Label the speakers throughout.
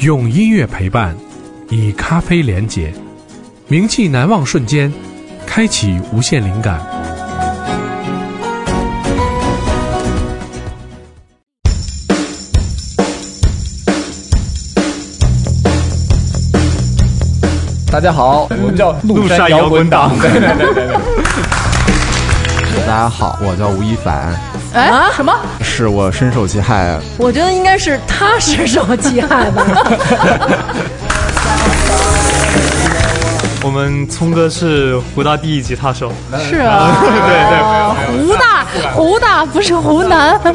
Speaker 1: 用音乐陪伴，以咖啡连结，铭记难忘瞬间，开启无限灵感。
Speaker 2: 大家好，我们叫
Speaker 3: 陆山摇滚党。
Speaker 2: 对对对对对。 大家好，我叫吴亦凡，
Speaker 4: 哎，
Speaker 3: 啊
Speaker 4: 什么？
Speaker 2: 是我深受其害。
Speaker 4: 我觉得应该是他深受其害吧。
Speaker 3: 我们聪哥是湖大第一吉他手，
Speaker 4: 是啊，
Speaker 3: 对对，
Speaker 4: 湖大，湖大不是湖南。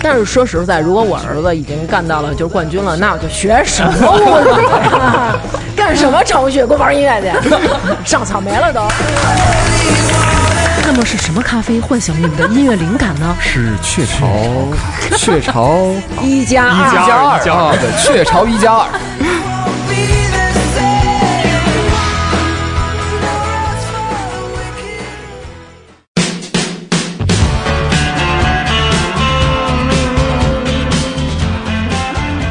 Speaker 5: 但是说实在，如果我儿子已经干到了就是冠军了，那我就学什么舞？ 干什么程序？给我玩音乐去，上草莓了都。
Speaker 4: 那么是什么咖啡唤醒你们的音乐灵感呢？
Speaker 2: 是雀巢，雀巢
Speaker 4: 一加
Speaker 3: 一加
Speaker 4: 二，
Speaker 3: 二一加
Speaker 2: 啊，
Speaker 3: 二，
Speaker 2: 对，雀巢一加二。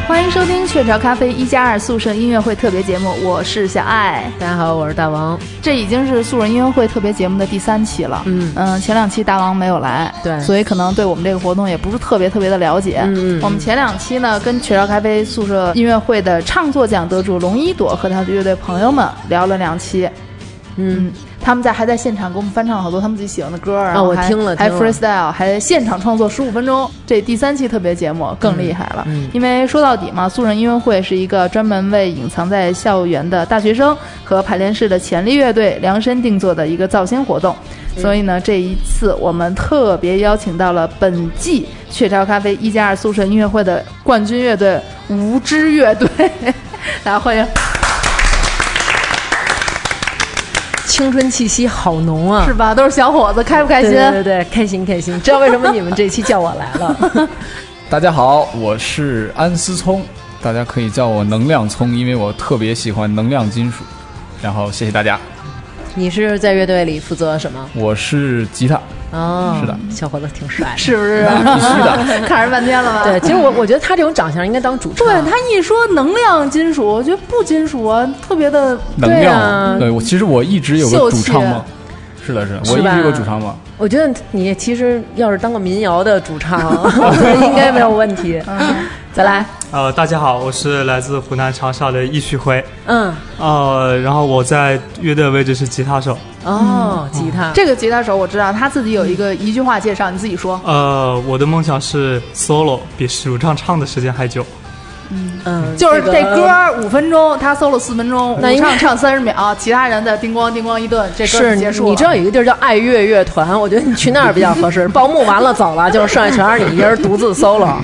Speaker 6: 欢迎收听雀巢咖啡一加二宿舍音乐会特别节目，我是小爱。
Speaker 5: 大家好，我是大王。
Speaker 6: 这已经是宿舍音乐会特别节目的第三期了。
Speaker 5: 嗯
Speaker 6: 前两期大王没有来，
Speaker 5: 对
Speaker 6: 所以可能对我们这个活动也不是特别特别的了解。
Speaker 5: 嗯嗯嗯
Speaker 6: 我们前两期呢，跟雀巢咖啡宿舍音乐会的唱作奖得主龙一朵和他的乐队朋友们聊了两期。
Speaker 5: 嗯，
Speaker 6: 他们在还在现场给我们翻唱了好多他们自己喜欢的歌，然后
Speaker 5: 哦我
Speaker 6: 还
Speaker 5: 听了
Speaker 6: 还
Speaker 5: 听了
Speaker 6: freestyle，还现场创作十五分钟。这第三期特别节目更厉害了，
Speaker 5: 嗯
Speaker 6: 因为说到底嘛，素人音乐会是一个专门为隐藏在校园的大学生和排练室的潜力乐队量身定做的一个造星活动。
Speaker 5: 嗯
Speaker 6: 所以呢，这一次我们特别邀请到了本季雀巢咖啡一加二宿舍音乐会的冠军乐队无知乐队， 大家欢迎。
Speaker 5: 青春气息好浓啊
Speaker 6: 是！吧？都是小伙子，开不
Speaker 5: 开
Speaker 6: 开心？
Speaker 5: 心，对对对，开心开心。知道为什么你们这期叫我来了？
Speaker 2: 大家好，我是安思聪，大家可以叫我能量聪，因为我特别喜欢能量金属。然后谢谢大家，
Speaker 5: 你是在乐队里负责什么？
Speaker 2: 我是吉他，
Speaker 5: 哦，
Speaker 2: 是的，
Speaker 5: 小伙子挺帅的。
Speaker 6: 是不是？
Speaker 2: 必须的。
Speaker 6: 看人半天了吧？啊
Speaker 5: 对，其实我我觉得他这种长相应该当主唱。
Speaker 6: 对他一说能量金属，我觉得不金属啊，特别的
Speaker 2: 能
Speaker 6: 对
Speaker 2: 量，
Speaker 6: 啊
Speaker 2: 对我其实我一直有个
Speaker 6: 秀
Speaker 2: 主
Speaker 6: 气
Speaker 2: 唱梦，是的，是的，我
Speaker 5: 是
Speaker 2: 一直有个
Speaker 5: 吧
Speaker 2: 主唱梦。
Speaker 5: 我觉得你其实要是当个民谣的主 唱，我觉得应该没有问题。再来，
Speaker 3: 呃，大家好，我是来自湖南长沙的易旭辉，
Speaker 5: 嗯，
Speaker 3: 呃，然后我在乐队的位置是吉他手，
Speaker 5: 哦，吉他，
Speaker 6: 这个吉他手我知道，他自己有一个一句话介绍，你自己说。
Speaker 3: 呃，我的梦想是 solo，比主唱唱的时间还久，
Speaker 5: 嗯，
Speaker 6: 就是
Speaker 5: 个
Speaker 6: 这歌五分钟，他 solo 四分钟，
Speaker 5: 那
Speaker 6: 五
Speaker 5: 应该
Speaker 6: 唱唱三十秒，其他人在叮咣叮咣一顿，这歌
Speaker 5: 是
Speaker 6: 就结束了。
Speaker 5: 你知道有一个地儿叫爱乐乐团，我觉得你去那儿比较合 适。报幕完了走了，就是剩下全是你一人独自 solo，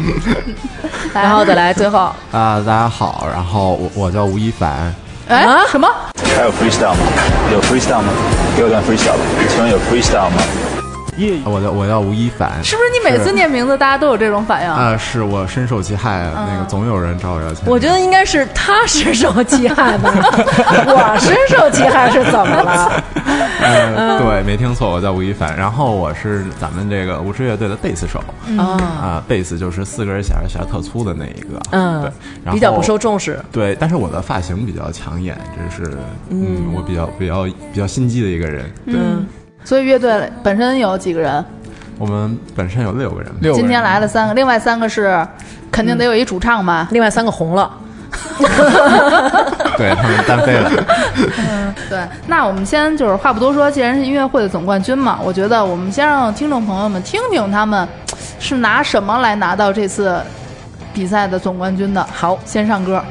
Speaker 6: 来，
Speaker 5: 然后再来最后
Speaker 7: 啊，大家好，然后我我叫吴亦凡，
Speaker 6: 哎
Speaker 5: 啊
Speaker 6: 什么？
Speaker 8: 还有 freestyle 吗？有 freestyle 吗？给我段 freestyle 吧。请问有 freestyle 吗？
Speaker 7: 我叫我叫吴亦凡
Speaker 6: 是不是你每次念名字大家都有这种反应？
Speaker 7: 啊，是我深受其害，那个总有人找我要钱。
Speaker 5: 我觉得应该是他深受其害 吧，我深受其害是怎么了？
Speaker 7: 呃，
Speaker 6: 嗯
Speaker 7: 对，没听错，我叫吴亦凡，然后我是咱们这个无知乐队的贝斯手
Speaker 6: 嗯
Speaker 5: 啊，
Speaker 7: 啊，贝斯就是四根弦儿弦儿特粗的那一个，对
Speaker 5: 嗯，，
Speaker 7: 然后
Speaker 5: 比较不受重视，
Speaker 7: 对，但是我的发型比较抢眼，这是嗯，我比较比较比较心机的一个人。对，
Speaker 6: 嗯，所以乐队本身有几个人，
Speaker 7: 我们本身有六个人，
Speaker 2: 六个
Speaker 6: 今
Speaker 2: 人
Speaker 6: 天来了三个，另外三个是肯定得有一主唱吧？
Speaker 5: 另外三个红了。
Speaker 7: 对他们单飞了。
Speaker 6: 对，那我们先就是话不多说，既然是音乐会的总冠军嘛，我觉得我们先让听众朋友们听听他们是拿什么来拿到这次比赛的总冠军的。好，先上歌。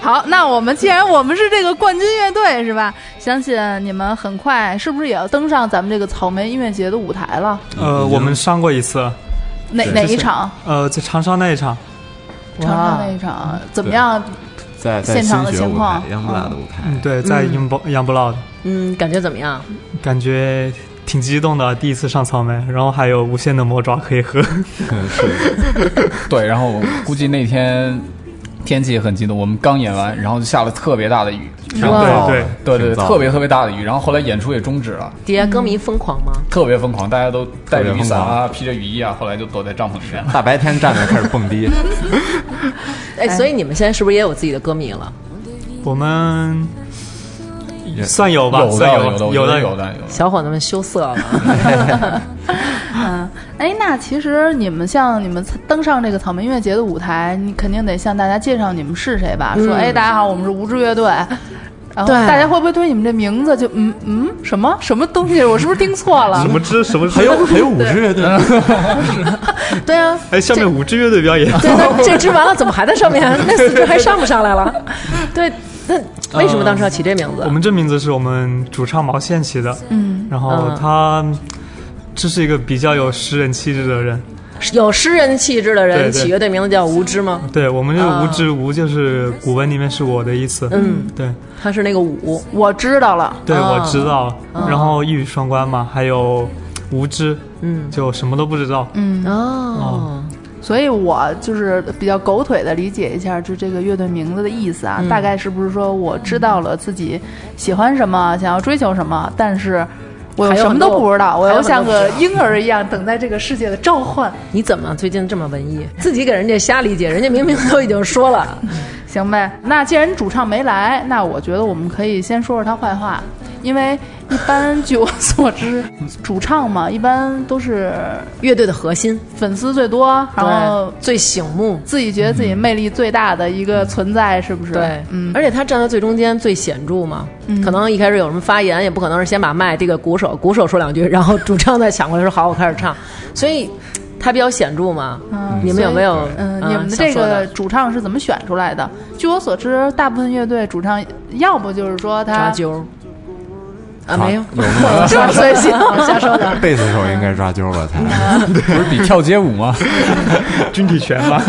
Speaker 6: 好，那我们既然我们是这个冠军乐队是吧？相信你们很
Speaker 2: 嗯
Speaker 6: 快是不是也要登上咱们这个草莓音乐节的舞台了？
Speaker 3: 呃，我们上过一次，
Speaker 6: 哪
Speaker 7: 对
Speaker 6: 哪
Speaker 3: 之
Speaker 6: 一
Speaker 3: 前
Speaker 6: 场？
Speaker 3: 呃，在长沙那一场，
Speaker 6: 长沙那一场怎么样？
Speaker 7: 在在
Speaker 6: 现
Speaker 7: 新
Speaker 6: 场的
Speaker 7: 学
Speaker 6: 情
Speaker 7: 舞
Speaker 6: 况
Speaker 7: 台，央布拉的舞台，
Speaker 3: 嗯，对，在英博杨布劳，
Speaker 5: 嗯，感觉怎么样？
Speaker 3: 感觉挺激动的，第一次上草莓，然后还有无限的魔爪可以喝。
Speaker 2: 对，然后我估计那天天气也很激动，我们刚演完，然后就下了特别大的雨，然后
Speaker 3: 对对，
Speaker 2: 对对
Speaker 7: 挺
Speaker 2: 对，
Speaker 7: 糟
Speaker 2: 特别特别大的雨，然后后来演出也终止了，
Speaker 5: 底下歌迷疯狂吗？
Speaker 2: 特别疯狂，大家都带着
Speaker 7: 特别
Speaker 2: 雨
Speaker 7: 疯
Speaker 2: 伞
Speaker 7: 狂
Speaker 2: 啊，披着雨衣啊，后来就躲在帐篷里面了。
Speaker 7: 大白天站着开始蹦 迪，
Speaker 5: 哎，所以你们现在是不是也有自己的歌迷了？
Speaker 3: 我们算有吧，
Speaker 2: 有
Speaker 3: 算
Speaker 2: 的有
Speaker 3: 吧
Speaker 2: 的
Speaker 3: 有
Speaker 2: 的
Speaker 3: 的
Speaker 2: 有。的有的。
Speaker 5: 小伙子们羞涩了，
Speaker 6: 哎，那其实你们像你们登上这个草莓音乐节的舞台，你肯定得向大家介绍你们是谁吧？说，哎，大家好，我们是无知乐队。然
Speaker 5: 嗯
Speaker 6: 后
Speaker 5: 对
Speaker 6: 大家会不会对你们这名字就嗯嗯什么什么东西？我是不是听错了？
Speaker 3: 知什么知
Speaker 7: 还有还有五支乐队，
Speaker 6: 对啊，
Speaker 3: 哎，下面五支乐队表演，
Speaker 5: 对，那 这支完了怎么还在 上面？那四支还上不上来了？对，那为什么当时要起这名字？
Speaker 3: 我们这名字是我们主唱毛线起的，嗯，然后
Speaker 5: 嗯
Speaker 3: 他这是一个比较有诗人气质的人，
Speaker 5: 有诗人气质的人
Speaker 3: 对对
Speaker 5: 起乐队名字叫无知吗？
Speaker 3: 对我们这个无知无就是古文里面是我的意思，嗯，对
Speaker 5: 他是那个武，
Speaker 6: 我知道了。
Speaker 3: 对，
Speaker 5: 啊
Speaker 3: 我知道，然后一语双关嘛，还有无知，嗯，就什么都不知道，
Speaker 5: 哦，
Speaker 6: 所以我就是比较狗腿的理解一下，就这个乐队名字的意思啊，
Speaker 5: 嗯
Speaker 6: 大概是不是说我知道了自己喜欢什么，想要追求什么，但是我又
Speaker 5: 还有
Speaker 6: 什么
Speaker 5: 很
Speaker 6: 都
Speaker 5: 多
Speaker 6: 不知道，我
Speaker 5: 还有
Speaker 6: 又
Speaker 5: 很多
Speaker 6: 像
Speaker 5: 不
Speaker 6: 个
Speaker 5: 知道
Speaker 6: 婴儿一样等待这个世界的召唤。
Speaker 5: 你怎么最近这么文艺？自己给人家瞎理解，人家明明都已经说了，
Speaker 6: 行呗，那既然主唱没来，那我觉得我们可以先说说他坏话，因为一般 据我所知，主唱嘛，一般都是
Speaker 5: 乐队的核心，
Speaker 6: 粉丝最多，然后
Speaker 5: 对，最醒目，
Speaker 6: 自己觉得自己魅力最大的一个存在，是不是？
Speaker 5: 对，
Speaker 6: 嗯，
Speaker 5: 而且他站在最中间最显著嘛，可能一开始有什么发言，也不可能是先把麦递给鼓手，鼓手说两句，然后主唱再抢过来说好，我开始唱，所以他比较显著嘛。你们有没有？
Speaker 6: 嗯，
Speaker 5: 啊
Speaker 6: 你们的这
Speaker 5: 想说
Speaker 6: 个
Speaker 5: 的
Speaker 6: 主唱是怎么选出来的？据我所知，大部分乐队主唱要不就是
Speaker 5: 抓
Speaker 6: 说他
Speaker 5: 阄儿啊？没有，
Speaker 6: 这么随 性，哦瞎说的。
Speaker 7: 贝斯手应该抓阄吧才，
Speaker 2: 不是比跳街舞吗？
Speaker 3: 军体拳吧。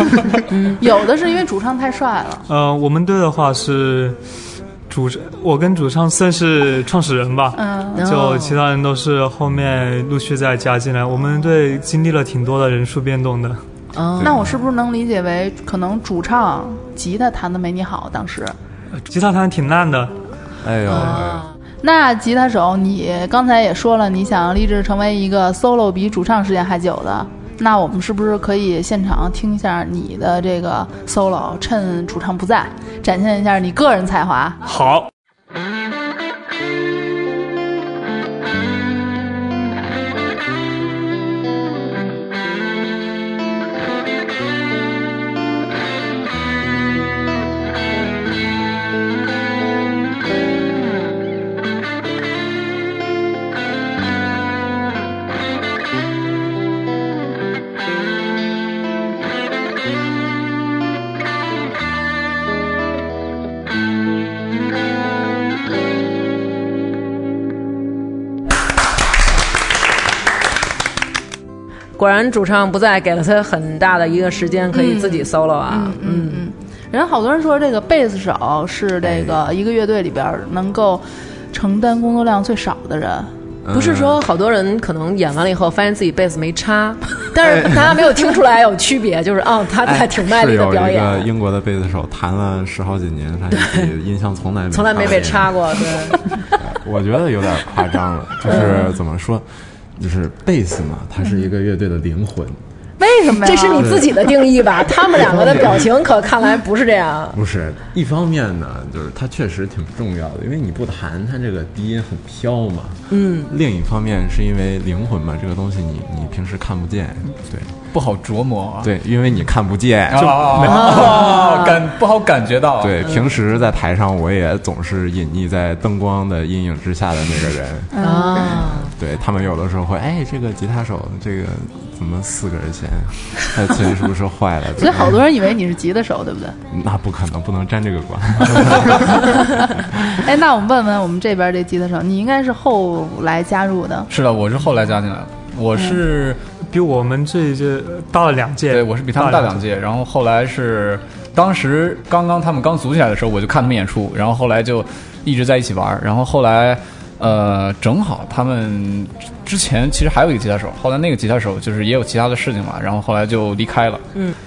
Speaker 6: 有的是因为主唱太帅了，
Speaker 3: 呃，我们队的话是主，我跟主唱算是创始人吧，
Speaker 6: 嗯
Speaker 5: 哦
Speaker 3: 就其他人都是后面陆续再加进来。我们队经历了挺多的人数变动的，
Speaker 5: 哦
Speaker 6: 那我是不是能理解为可能主唱吉他弹的没你好？当时，
Speaker 3: 吉他弹得挺烂的，
Speaker 7: 哎呦，
Speaker 5: 啊
Speaker 6: 那吉他手，你刚才也说了，你想立志成为一个 solo 比主唱时间还久的。那我们是不是可以现场听一下你的这个 solo，趁主唱不在，展现一下你个人才华？
Speaker 3: 好。
Speaker 5: 果然主唱不在，给了他很大的一个时间可以自己 solo 啊。嗯，
Speaker 6: 人好多人说这个贝斯手是这个一个乐队里边儿能够承担工作量最少的人，
Speaker 5: 不是
Speaker 7: 嗯
Speaker 5: 说好多人可能演完了以后发现自己贝斯没插， 但是
Speaker 7: 哎
Speaker 5: 大家没有听出来有区别，就是哦，他在挺卖
Speaker 7: 是
Speaker 5: 力的
Speaker 7: 有
Speaker 5: 表
Speaker 7: 一
Speaker 5: 演，
Speaker 7: 个英国的贝斯手弹了十好几年，他自己音箱从来 没
Speaker 5: 从来没被插
Speaker 7: 过。
Speaker 5: 过。 对，
Speaker 7: 我觉得有点夸张了，就是怎么说，就是贝斯嘛，它是一个乐队的灵魂，
Speaker 6: 为什么呀？
Speaker 5: 这是你自己的定义 吧？他们两个的表情可看来不是这样。
Speaker 7: 不是一方面呢，就是它确实挺重要的，因为你不弹，它这个低音很飘嘛。嗯。另一方面是因为灵魂嘛，这个东西你你平时看不见，对
Speaker 2: 不好琢磨啊。哦
Speaker 7: 对，因为你看不见，就
Speaker 2: 啊， 感不好感觉到。，啊
Speaker 7: 对，平时在台上我也总是隐匿在灯光的阴影之下的那个人。
Speaker 5: 啊，
Speaker 7: 对他们有的时候会，哎，这个吉他手这个怎么四根弦，他的琴是不是坏了？
Speaker 6: 所以好多人以为你是吉他手，对不对？
Speaker 7: 那不可能，不能沾这个光。
Speaker 6: 哎，那我们问问我们这边这吉他手，你应该是后来加入的，
Speaker 2: 是的，我是后来加进来的。我是
Speaker 3: 比我们这一届大了两届，
Speaker 2: 对我是比他们大两
Speaker 3: 届。
Speaker 2: 届，然后后来是当时刚刚他们刚组起来的时候，我就看他们演出，然后后来就一直在一起玩儿，然后后来呃正好他们之前其实还有一个吉他手，后来那个吉他手就是也有其他的事情嘛，然后后来就离开了。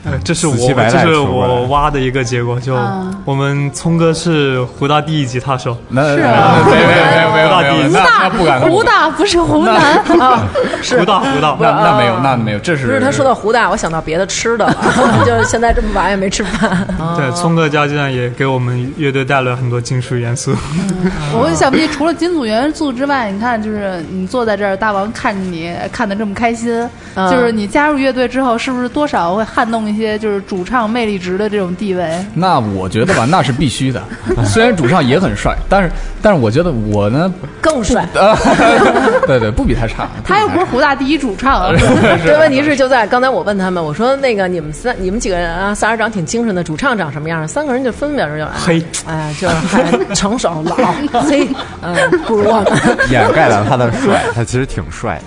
Speaker 3: 呃这是我，
Speaker 7: 死乞白赖
Speaker 3: 这是
Speaker 7: 说过来
Speaker 3: 我挖的一个结果。就
Speaker 6: 啊
Speaker 3: 我们聪哥是胡大第一吉他手，
Speaker 2: 那
Speaker 6: 是啊
Speaker 2: 没有没有没有没有
Speaker 3: 大
Speaker 2: 没有
Speaker 3: 地
Speaker 2: 那那不敢，
Speaker 4: 武大不是湖南，
Speaker 6: 啊
Speaker 3: 胡大胡大，
Speaker 2: 那那没有那没有，这是
Speaker 5: 不是他说到胡大，我想到别的吃 的了，就是现在这么晚也没吃饭。
Speaker 3: 对，嗯哦聪哥家竟然也给我们乐队带来很多金属元素。
Speaker 6: 我想必除了金组元素之外，你看，就是你坐在这儿，大王看着你看得这么开心，
Speaker 5: 嗯
Speaker 6: 就是你加入乐队之后，是不是多少会撼动一些就是主唱魅力值的这种地位？
Speaker 2: 那我觉得吧，那是必须的。虽然主唱也很帅，但是但是我觉得我呢，
Speaker 5: 更帅。
Speaker 2: 呃，对对，不比他差。
Speaker 6: 他又不是
Speaker 2: 比
Speaker 6: 湖大第一主 唱啊，
Speaker 5: 对，问题是就在刚才我问他们，我说那个你们三你们几个人啊，仨人长挺精神的，主唱长什么样？三个人就分别是就
Speaker 3: 嘿，
Speaker 5: 哎，就是还成熟 老嘿，嗯，不如我们。
Speaker 7: 掩盖了他的帅，他其实挺帅。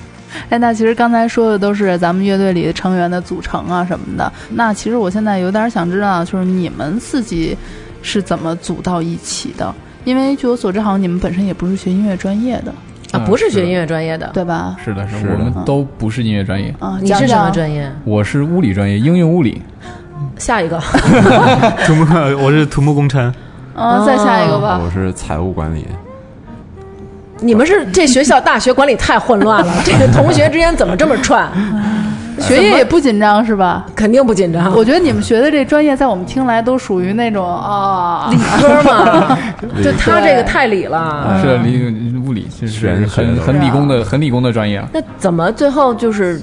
Speaker 6: 哎，那其实刚才说的都是咱们乐队里的成员的组成啊什么的。
Speaker 5: 嗯
Speaker 6: 那其实我现在有点想知道，就是你们自己是怎么组到一起的？因为据我所知，好像你们本身也不是学音乐专业的，
Speaker 5: 啊，不是学音乐专业的，
Speaker 6: 对
Speaker 2: 他
Speaker 6: 吧？
Speaker 2: 差是的，是
Speaker 7: 是
Speaker 2: 的，
Speaker 7: 的
Speaker 2: 我们都不是音乐专业，
Speaker 6: 啊，
Speaker 5: 你是什
Speaker 6: 讲
Speaker 5: 么
Speaker 6: 讲
Speaker 5: 专业？
Speaker 2: 我是物理专业，应用物理。
Speaker 5: 下一个，
Speaker 3: 土木，我是土木工程，
Speaker 6: 啊，再下一个吧。
Speaker 7: 我是财务管理，
Speaker 5: 你们是这学校大学管理太混乱了，这个同学之间怎么这么串？哦
Speaker 6: 学业也不紧张是吧？
Speaker 5: 肯定不紧张，
Speaker 6: 我觉得你们学的这专业，在我们听来都属于那种啊，
Speaker 5: 哥 嘛，就他这个
Speaker 6: 对
Speaker 5: 太理了。
Speaker 2: 是的理物理，就是
Speaker 7: 玄学
Speaker 2: 很
Speaker 7: 的
Speaker 2: 很理工的，很理工的专业啊。
Speaker 5: 那怎么最后就是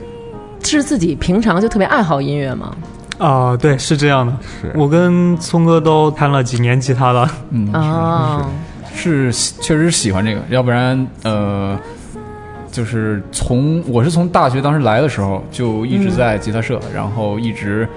Speaker 5: 是自己平常就特别爱好音乐吗？
Speaker 3: 啊、对，是这样的。
Speaker 7: 是
Speaker 3: 我跟聪哥都弹了几年吉他了，
Speaker 5: 哦，
Speaker 2: 是喜确实喜欢这个，要不然呃，就是从我是从大学当时来的时候就一直在吉他社，然后一直。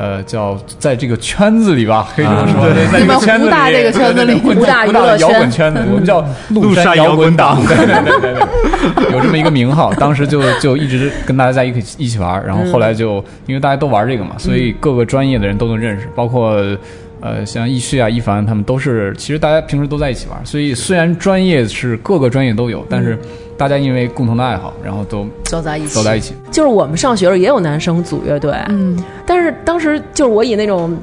Speaker 2: 呃，叫在这个圈子里吧，可以这么说，对，在这个圈子
Speaker 6: 你们湖
Speaker 2: 里，
Speaker 6: 大这个圈子
Speaker 2: 对对
Speaker 6: 里
Speaker 2: 对混
Speaker 5: 湖大娱乐圈
Speaker 2: 摇滚圈子，我们叫陆
Speaker 3: 山摇
Speaker 2: 摇
Speaker 3: 滚
Speaker 2: 党，对对对对对， 有这么一个名号，当时就就一直跟大家在一起一起玩儿，然后后来就因为大家都玩这个嘛，所以各个专业的人都能认识，包括呃像易旭啊、一凡他们都是，其实大家平时都在一起玩儿，所以虽然专业是各个专业都有，但是大家因为共同的爱好，然后都
Speaker 5: 走在一起，
Speaker 2: 走在一起。
Speaker 5: 就是我们上学的时候也有男生组乐队，
Speaker 6: 嗯，
Speaker 5: 但是当时就是我以那种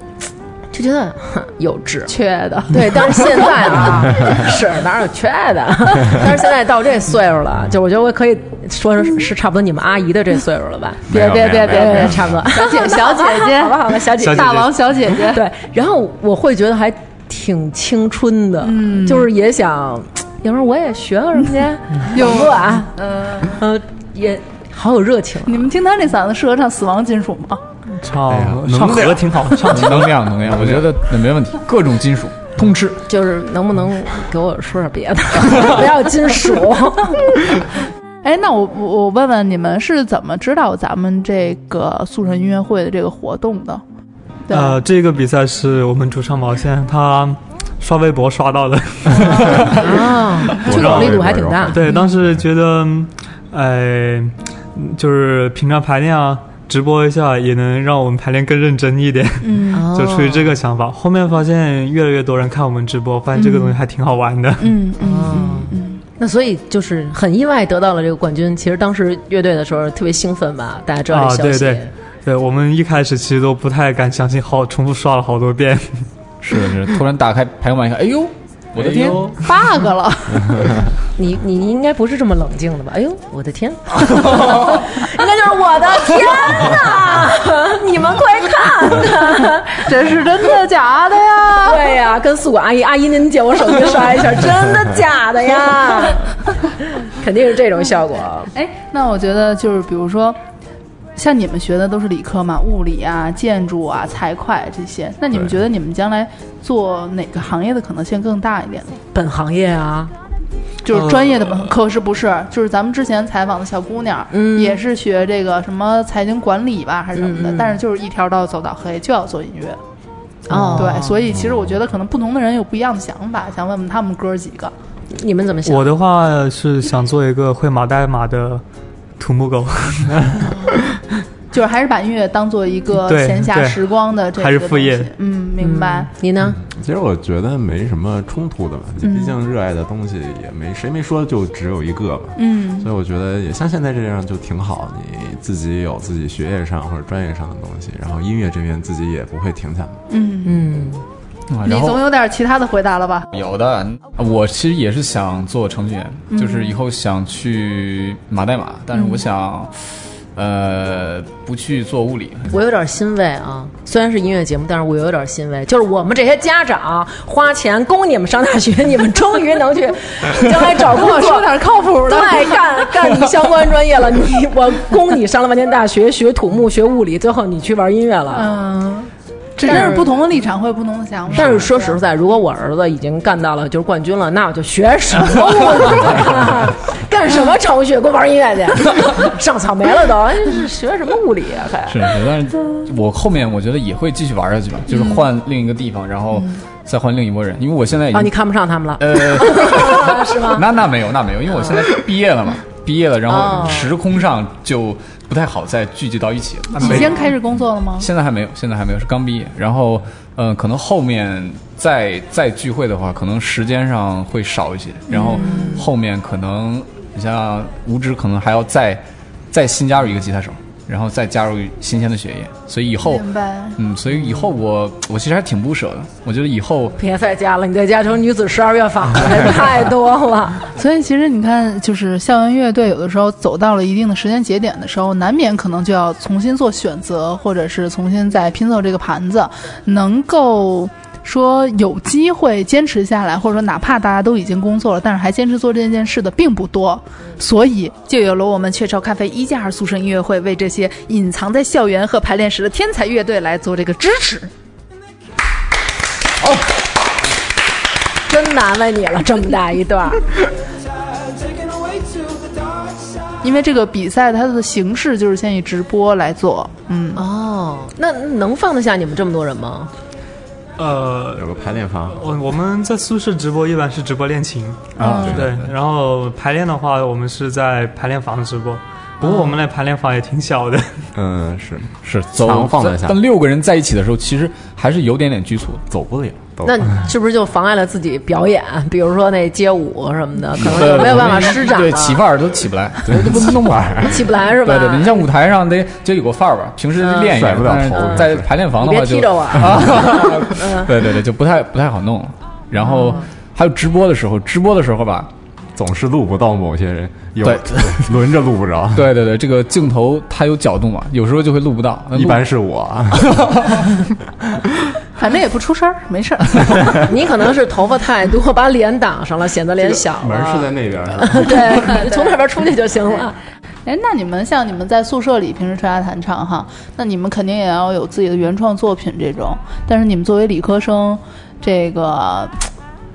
Speaker 5: 就觉得哼幼稚，
Speaker 6: 缺的。
Speaker 5: 对，但是现在 啊，是哪有缺的？ 但是现在到这岁数了，就我觉得我可以说是是差不多你们阿姨的这岁数了吧？
Speaker 7: 没有
Speaker 6: 别别
Speaker 7: 没有
Speaker 6: 别
Speaker 7: 没
Speaker 6: 别
Speaker 7: 有没有
Speaker 5: 差不多。
Speaker 6: 小姐小姐姐，
Speaker 5: 好吧，好吧，小姐
Speaker 3: 小姐姐
Speaker 6: 大王小姐 姐，
Speaker 5: 对，然后我会觉得还挺青春的，
Speaker 6: 嗯
Speaker 5: 就是也想，要不然我也学个什么去，有不啊？
Speaker 6: 嗯，
Speaker 5: 呃，也好有热情啊。
Speaker 6: 你们听他那嗓子适合唱死亡金属吗？
Speaker 3: 唱、
Speaker 7: 哎呀
Speaker 3: 唱和挺好，唱
Speaker 2: 能量能量，我觉得没问题，各种金属通吃。
Speaker 5: 就是能不能给我说点别的？ 不要金属。
Speaker 6: 哎，那我我我问问你们是怎么知道咱们这个速成音乐会的这个活动的？对吧
Speaker 3: 呃，这个比赛是我们主唱毛线他刷微博刷到的。
Speaker 5: 啊，这个力度还挺 大。
Speaker 3: 对，当时觉得，呃，就是平常排练啊，直播一下也能让我们排练更认真一点，
Speaker 6: 嗯
Speaker 5: 哦
Speaker 3: 就出于这个想法。后面发现越来越多人看我们直播，发现这个东西还挺好玩的。
Speaker 6: 嗯嗯
Speaker 5: 那所以就是很意外得到了这个冠军。其实当时乐队的时候特别兴奋吧，大家知道这
Speaker 3: 啊，
Speaker 5: 消
Speaker 3: 对
Speaker 5: 息。
Speaker 3: 对对，我们一开始其实都不太敢相信，好重复刷了好多 遍。
Speaker 2: 是的 是的，突然打开排行榜一看，哎呦，我的天！
Speaker 6: 嗯，bug 了，
Speaker 5: 你你应该不是这么冷静的吧？哎呦，我的天！ 应该就是我的天哪！你们快看！
Speaker 6: 这是真的假的呀？
Speaker 5: 对呀、跟宿管阿姨，阿姨您借我手机刷一下，真的假的呀？ 肯定是这种效果。
Speaker 6: 哎，那我觉得就是比如说，像你们学的都是理科嘛，物理啊、建筑啊、财会这些，那你们
Speaker 7: 对
Speaker 6: 觉得你们将来做哪个行业的可能性更大一点呢？
Speaker 5: 本行业啊，
Speaker 3: 嗯
Speaker 6: 就是专业的本科是不是？就是咱们之前采访的小姑娘，
Speaker 5: 嗯
Speaker 6: 也是学这个什么财经管理吧，还是什么
Speaker 3: 嗯
Speaker 6: 的，但是就是一条道走到黑，就要做音乐。
Speaker 5: 哦
Speaker 6: 对，所以其实我觉得可能不同的人有不一样的想法，想问问他们哥儿几个。
Speaker 5: 你们怎么想？
Speaker 3: 我的话是想做一个会码代码的土木狗，
Speaker 6: 就是还是把音乐当做一个
Speaker 3: 嗯对
Speaker 6: 闲暇
Speaker 3: 对
Speaker 6: 时光的这个
Speaker 3: 还是副业
Speaker 6: 东西嗯，明白。
Speaker 5: 你呢？
Speaker 7: 其实我觉得没什么冲突的吧，毕竟热爱的东西也没谁没说就只有一个吧。
Speaker 6: 嗯，
Speaker 7: 所以我觉得也像现在这样就挺好，你自己有自己学业上或者专业上的东西，然后音乐这边自己也不会停下来。
Speaker 3: 嗯
Speaker 2: 啊
Speaker 6: 你
Speaker 2: 然后
Speaker 6: 总有点其他的回答了吧？
Speaker 2: 有的，我其实也是想做程序员，就是以后想去码代码，但是我想，呃，不去做物理，
Speaker 5: 我有点欣慰啊，虽然是音乐节目，但是我有点欣慰，就是我们这些家长花钱供你们上大学，你们终于能 去将来找工
Speaker 6: 跟我说
Speaker 5: 作。
Speaker 6: 点靠谱的。
Speaker 5: 对，干干你相关专业了，你我供你上了半天大学，学土木、学物理，最后你去玩音乐了。
Speaker 6: 嗯，但是不同的立场会有不同的想法。
Speaker 5: 但是说实在，如果我儿子已经干到了就是冠军了，那我就学什么物理？干什么程序？给我玩音 乐去！上草莓了都，哎学什么物理啊？
Speaker 6: 嗯
Speaker 5: 还
Speaker 2: 是是，但是我后面我觉得也会继续玩下去吧，就是换另一个地方，然后再换另一波人，因为我现在已
Speaker 5: 啊，你
Speaker 2: 经
Speaker 5: 看不上他们了？
Speaker 2: 呃，是吗？ 那那没有，那没有，因为我现在毕业了嘛，毕业了，然
Speaker 5: 哦
Speaker 2: 后时空上就不太好再聚集到一起了。
Speaker 6: 已经开始工作了吗？
Speaker 2: 现在还没有，现在还没有，是刚毕业。然后，嗯、可能后面再再聚会的话，可能时间上会少一些。然后后面可能，你像五指，可能还要再再新加入一个吉他手，然后再加入新鲜的血液。所以以后，
Speaker 6: 明白
Speaker 2: 嗯，所以以后我我其实还挺不舍的。我觉得以后
Speaker 5: 别在家了，你在家成女子十二乐坊了，太多了。
Speaker 6: 所以其实你看，就是校园乐队有的时候走到了一定的时间节点的时候，难免可能就要重新做选择，或者是重新再拼凑这个盘子，能够。说有机会坚持下来，或者说哪怕大家都已经工作了，但是还坚持做这件事的并不多，所以就有了我们雀巢咖啡一加二宿舍音乐会为这些隐藏在校园和排练室的天才乐队来做这个支持。
Speaker 5: 真难为你了，这么大一段儿。
Speaker 6: 因为这个比赛它的形式就是先以直播来做，嗯，
Speaker 5: 哦，那能放得下你们这么多人吗？
Speaker 3: 呃，
Speaker 7: 有个排练房，
Speaker 3: 我我们在宿舍直播一般是直播练琴，
Speaker 2: 啊，
Speaker 3: 对，然后排练的话，我们是在排练房直播。不过我们那排练房也挺小的，
Speaker 7: 嗯，是
Speaker 2: 是走
Speaker 7: 藏放得下
Speaker 2: 但六个人在一起的时候，其实还是有点点拘束的。
Speaker 7: 走不了。走不
Speaker 5: 那
Speaker 7: 了
Speaker 5: 是不是就妨碍了自己表演？比如说那街舞什么的，可能
Speaker 2: 对
Speaker 5: 就没有办法施展
Speaker 2: 对，起
Speaker 5: 了，
Speaker 2: 范儿都起不来，对，都不弄不来。
Speaker 5: 起不来是吧？
Speaker 2: 对对对，你像舞台上得就有个范
Speaker 6: 嗯
Speaker 2: 儿吧，平时练一
Speaker 7: 甩
Speaker 2: 练，
Speaker 7: 不了
Speaker 2: 但是
Speaker 7: 头嗯
Speaker 2: 在排练房
Speaker 5: 你
Speaker 2: 的
Speaker 5: 别
Speaker 2: 话就
Speaker 5: 踢着 我啊。
Speaker 6: 嗯
Speaker 2: 对对对，就不太不太好弄了。然后
Speaker 6: 哦
Speaker 2: 还有直播的时候，直播的时候吧，
Speaker 7: 总是录不到某些人，有
Speaker 2: 对
Speaker 7: 轮着录不着。
Speaker 2: 对对对，这个镜头它有角度嘛，有时候就会录不到。那录
Speaker 7: 一般是我，啊
Speaker 6: 反正也不出声儿，没事儿。
Speaker 5: 你可能是头发太多，把脸挡上了，显得脸小啊了。
Speaker 7: 门是在那边儿，
Speaker 5: 对，你从那边出去就行了。
Speaker 6: 哎，那你们像你们在宿舍里平时吹拉弹唱哈，那你们肯定也要有自己的原创作品这种。但是你们作为理科生，这个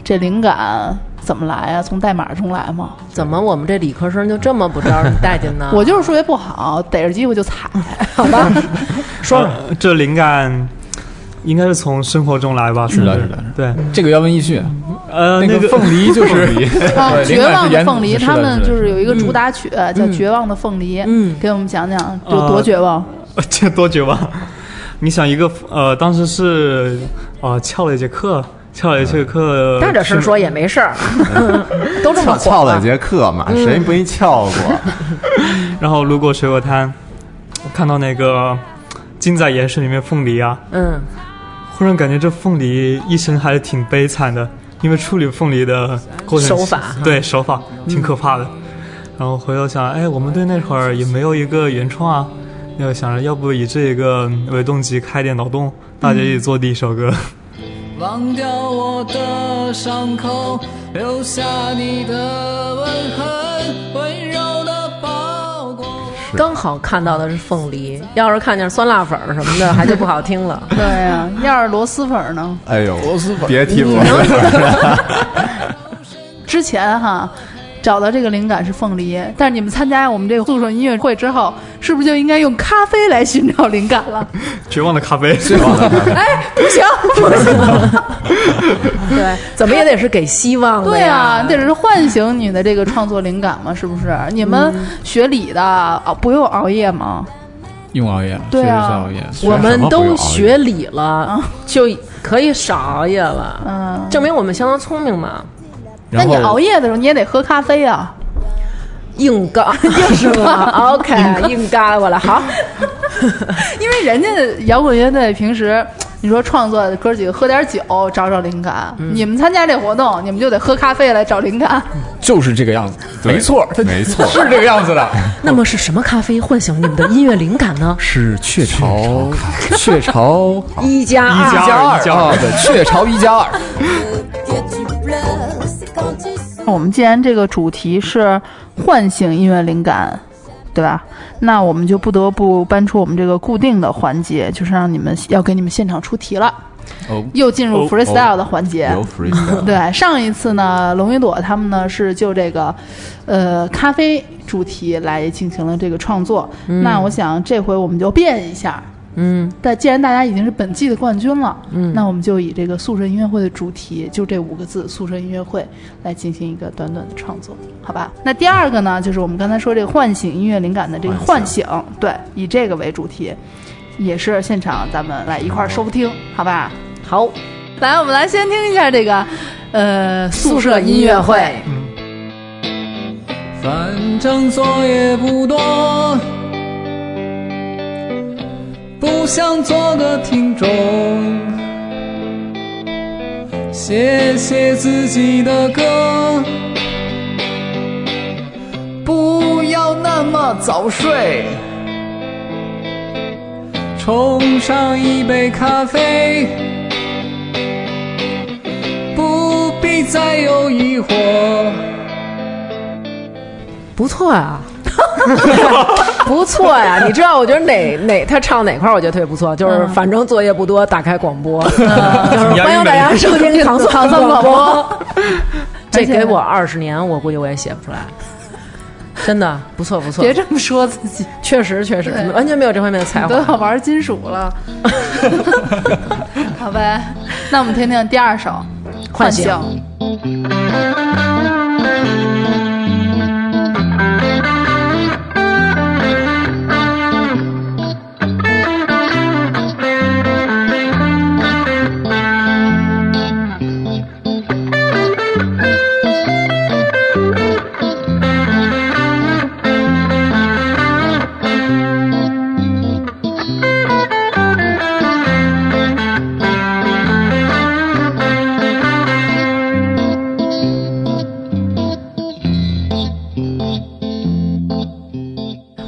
Speaker 6: 这灵感怎么来啊？从代码中来吗？？
Speaker 5: 怎么我们这理科生就这么不招人待见呢
Speaker 6: 我就是数学不好，逮着机会就踩。
Speaker 5: 好吧，
Speaker 3: 说、 这灵感应该是从生活中来吧？是
Speaker 2: 是
Speaker 3: 不
Speaker 2: 的是的是
Speaker 3: 对，
Speaker 2: 这个要问易迅，
Speaker 3: 呃，
Speaker 2: 那
Speaker 3: 个
Speaker 2: 个 凤梨就是
Speaker 6: 啊，
Speaker 2: 对
Speaker 6: 绝望
Speaker 2: 灵感是
Speaker 6: 的
Speaker 2: 源
Speaker 6: 凤梨，
Speaker 2: 是的
Speaker 6: 他们
Speaker 2: 是的嗯
Speaker 6: 就是有一个主打曲、叫《绝望的凤梨》，
Speaker 5: 嗯
Speaker 6: 给我们讲讲有
Speaker 3: 呃
Speaker 6: 多 绝望。
Speaker 3: 这多绝望！ 你想一个呃，当时是呃翘了一节课，翘了一节课，
Speaker 5: 嗯大点声说也没事儿，
Speaker 2: 嗯
Speaker 5: 都这么
Speaker 7: 翘
Speaker 5: 火
Speaker 7: 翘了节课嘛，谁没翘过？
Speaker 3: 然后路过水果摊，我看到那个近在眼神里面凤梨啊，
Speaker 5: 嗯，
Speaker 3: 忽然感觉这凤梨一生还是挺悲惨的，因为处理凤梨的过程
Speaker 5: 手法
Speaker 3: 对手法挺可怕的。然后回头想，哎，我们队那会儿也没有一个原创啊，那我想着要不以这个为动机开点脑洞，大家一起做第一首歌。
Speaker 9: 忘掉我的伤口，留下你的吻痕，温柔的包裹。
Speaker 5: 刚好看到的是凤梨，要是看见酸辣粉儿什么的，还就不好听 了。
Speaker 6: 对呀、要是螺蛳粉儿呢？
Speaker 7: 哎呦，别提我了，
Speaker 6: 之前哈，找到这个灵感是凤梨耶。但是你们参加我们这个诉说音乐会之后，是不是就应该用咖啡来寻找灵感了？
Speaker 3: 绝望的咖啡，
Speaker 6: 不行，不行，
Speaker 5: 对，怎么也得是给希望的
Speaker 6: 对
Speaker 5: 呀
Speaker 6: 啊，这是唤醒你的这个创作灵感嘛？是不是？你们学理的啊，不用熬夜吗？
Speaker 2: 用熬夜，确
Speaker 6: 对
Speaker 2: 实是
Speaker 6: 啊
Speaker 2: 熬夜。
Speaker 5: 我们都学理了，就可以少熬夜了，
Speaker 6: 嗯，
Speaker 5: 证明我们相当聪明嘛。
Speaker 6: 那
Speaker 2: 然
Speaker 6: 你
Speaker 2: 后
Speaker 6: 熬夜的时候你也得喝咖啡啊。
Speaker 5: 硬 刚，硬是吗？OK，硬刚过来，好，
Speaker 6: 因为人家摇滚乐队平时，你说创作的哥几个喝点酒找找灵感，你们参加这活动，你们就得喝咖啡来找灵感。
Speaker 2: 就是这个样子，
Speaker 7: 对
Speaker 2: 没错，它
Speaker 7: 没错
Speaker 2: 是这个样子的。
Speaker 5: 那么是什么咖啡唤醒你们的音乐灵感呢？
Speaker 2: 是雀巢，雀 巢
Speaker 5: 一加
Speaker 3: 一加
Speaker 5: 二，
Speaker 3: 二
Speaker 2: 一加二，啊对，雀巢一加二。
Speaker 6: 我们既然这个主题是唤醒音乐灵感，对吧？那我们就不得不搬出我们这个固定的环节，就是让你们要给你们现场出题了，
Speaker 2: 哦
Speaker 6: 又进入 freestyle 的环节。
Speaker 7: 有 freestyle，
Speaker 6: 对，上一次呢，龙与朵他们呢是就这个，呃，咖啡主题来进行了这个创作。那我想这回我们就变一下，嗯，但既然大家已经是本季的冠军了，嗯，那我们就以这个宿舍音乐会的主题，就这五个字“宿舍音乐会”来进行一个短短的创作，好吧？那第二个呢，就是我们刚才说这个唤醒音乐灵感的这个唤醒，对，以这个为主题，也是现场咱们来一块儿收听，好吧？
Speaker 5: 好，
Speaker 6: 来，我们来先听一下这个，呃，宿
Speaker 5: 宿
Speaker 6: 舍
Speaker 5: 舍
Speaker 6: 音
Speaker 5: 音
Speaker 6: 乐
Speaker 5: 乐
Speaker 6: 会。
Speaker 5: 会。
Speaker 9: 反正作业不多，不想做个听众，写写自己的歌，不要那么早睡，冲上一杯咖啡，不必再有疑惑。
Speaker 5: 不错啊， 不错呀、你知道，我觉得哪哪他唱哪块儿，我觉得特别不错，就是反正作业不多，打开广 播，就是欢迎大家收 听唐宋
Speaker 6: 唐宋
Speaker 5: 广
Speaker 6: 广
Speaker 5: 播
Speaker 6: 播。
Speaker 5: 这给我二十年，我估计我也写不出来。真的不错不错
Speaker 6: 别，这么说自己，
Speaker 5: 确实确实
Speaker 6: 对
Speaker 5: 完全没有这方面的才
Speaker 6: 你都要
Speaker 5: 华。
Speaker 6: 玩金属 了。好呗，那我们听听第二首《
Speaker 5: 唤醒
Speaker 6: 醒》。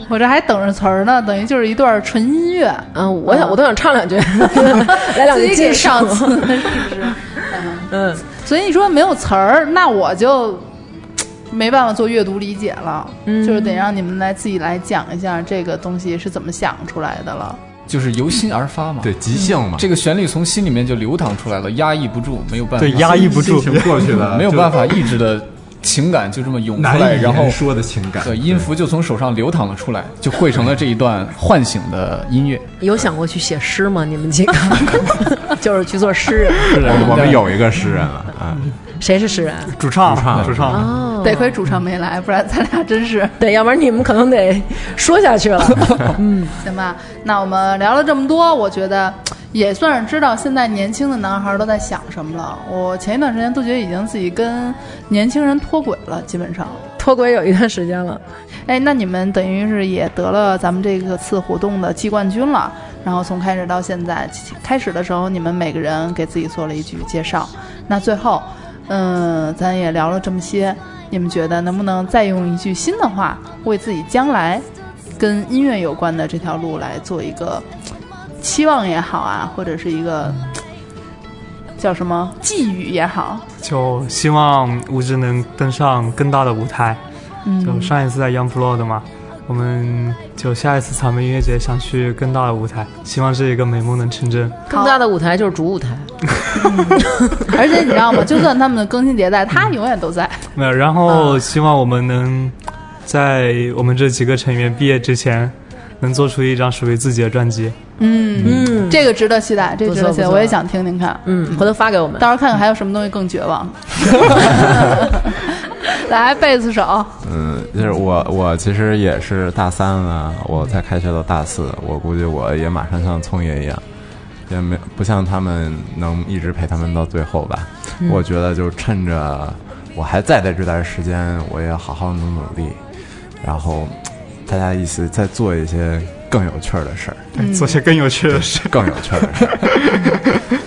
Speaker 6: 我这还等着词儿呢，等于就是一段纯音乐，
Speaker 5: 嗯，我想我都想唱两 句，来两
Speaker 6: 自
Speaker 5: 句
Speaker 6: 己给
Speaker 5: 介绍
Speaker 6: 上。词，是不是？
Speaker 5: 嗯，
Speaker 6: 所以你说没有词儿，那我就没办法做阅读理解了，
Speaker 5: 嗯
Speaker 6: 就是得让你们来自己来讲一下这个东西是怎么想出来的了。
Speaker 2: 就是由心而发嘛。
Speaker 7: 对，即兴嘛，
Speaker 2: 这个旋律从心里面就流淌出来了，压抑不住，没有办法，
Speaker 3: 对，压抑不
Speaker 7: 心
Speaker 3: 住，
Speaker 7: 情过去了，
Speaker 2: 没有办法抑制的情感就这么涌
Speaker 7: 就
Speaker 2: 出
Speaker 7: 难
Speaker 2: 来，
Speaker 7: 以
Speaker 2: 然后
Speaker 7: 言说的情感，
Speaker 2: 对音符就从手上流淌了出来，就汇成了这一段唤醒的音乐。
Speaker 5: 有想过去写诗吗？你们几个 就是去做诗人，
Speaker 7: 对我我们有一个诗人了啊，
Speaker 5: 谁是诗人？
Speaker 3: 主唱，主
Speaker 7: 唱
Speaker 5: 嗯
Speaker 6: 得亏主唱没来，不然咱俩真是
Speaker 5: 对，要不然你们可能得说下去了。
Speaker 6: 行吧。那我们聊了这么多，我觉得也算是知道现在年轻的男孩都在想什么了。我前一段时间都觉得已经自己跟年轻人脱轨了，基本上。
Speaker 5: 脱轨有一段时间了，
Speaker 6: 哎，那你们等于是也得了咱们这个次活动的季冠军了。然后从开始到现在，其开始的时候你们每个人给自己做了一句介绍。那最后，嗯，咱也聊了这么些，你们觉得能不能再用一句新的话，为自己将来跟音乐有关的这条路来做一个期望也好啊，或者是一个叫什么寄语也好，
Speaker 3: 就希望吴志能登上更大的舞台。
Speaker 6: 嗯
Speaker 5: 嗯
Speaker 3: 就上一次在 Young Pro 的嘛，我们就下一次草莓音乐节想去更大的舞台，希望这一个美梦能成真。
Speaker 5: 更大的舞台就是主舞台，
Speaker 6: 而且你知道吗？就算他们更新迭代，他永远都在。
Speaker 3: 没有，然后希望我们能在我们这几个成员毕业之前，能做出一张属于自己的专辑。
Speaker 6: 嗯，这个值得期待，这个值得期
Speaker 5: 不错
Speaker 6: 待，
Speaker 5: 不错
Speaker 6: 我也想听听看。
Speaker 5: 嗯，回头发给我们。
Speaker 6: 到时候看看还有什么东西更 绝望。 来，贝斯手，
Speaker 7: 嗯，就是我，我其实也是大三了，我才开学到大四，我估计我也马上像聪爷一样，也没不像他们能一直陪他们到最后吧。我觉得就趁着我还在的这段时间，我也好好努努力，然后大家一起再做一些更有趣儿的事儿，
Speaker 3: 做些更有趣的事。
Speaker 7: 更有趣儿的事儿。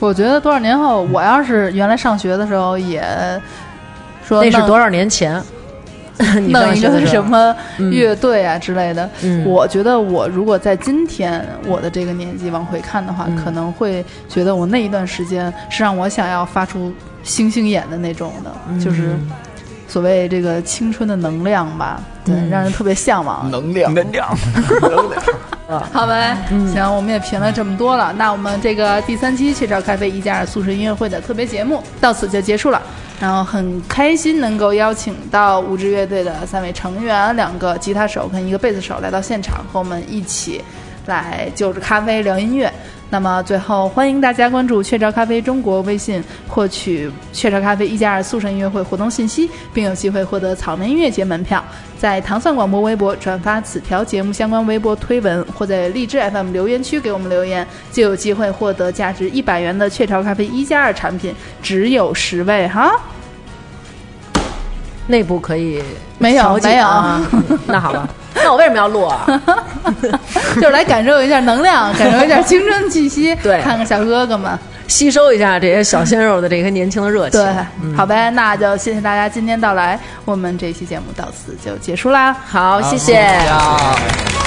Speaker 6: 我觉得多少年后，我要是原来上学的时候也说
Speaker 5: 那是
Speaker 6: 弄
Speaker 5: 多少年前？ 你
Speaker 6: 弄
Speaker 5: 上
Speaker 6: 一
Speaker 5: 学的
Speaker 6: 个
Speaker 5: 时
Speaker 6: 什
Speaker 5: 候？
Speaker 6: 么乐队啊之类的。
Speaker 5: 嗯
Speaker 6: 我觉得我如果在今天我的这个年纪往回看的话，
Speaker 5: 嗯
Speaker 6: 可能会觉得我那一段时间是让我想要发出星星眼的那种的，
Speaker 5: 嗯
Speaker 6: 就是所谓这个青春的能量吧，对，让人特别向往。
Speaker 2: 能量，能量。
Speaker 6: 好呗，行，我们也评了这么多了，那我们这个第三期雀巢咖啡一加二素食音乐会的特别节目到此就结束了。然后很开心能够邀请到五支乐队的三位成员，两个吉他手跟一个贝斯手来到现场，和我们一起来就着咖啡聊音乐。那么最后，欢迎大家关注雀巢咖啡中国微信，获取雀巢咖啡一加二速神音乐会活动信息，并有机会获得草莓音乐节门票。在糖蒜广播微博转发此条节目相关微博推文，或在荔枝 FM 留言区给我们留言，就有机会获得价值一百元的雀巢咖啡一加二产品，只有十位哈。
Speaker 5: 内部可以
Speaker 6: 没有
Speaker 5: 调节
Speaker 6: 没有
Speaker 5: 啊？那好吧， 那我为什么要录啊？
Speaker 6: 就是来感受一下能量，感受一下青春气息，
Speaker 5: 对
Speaker 6: 看看小哥哥们。
Speaker 5: 吸收一下这些小鲜肉的这些年轻的热情
Speaker 6: 对。，
Speaker 5: 嗯
Speaker 6: 好呗，那就谢谢大家今天到来，我们这期节目到此就结束啦。
Speaker 5: 好，谢谢。
Speaker 2: 好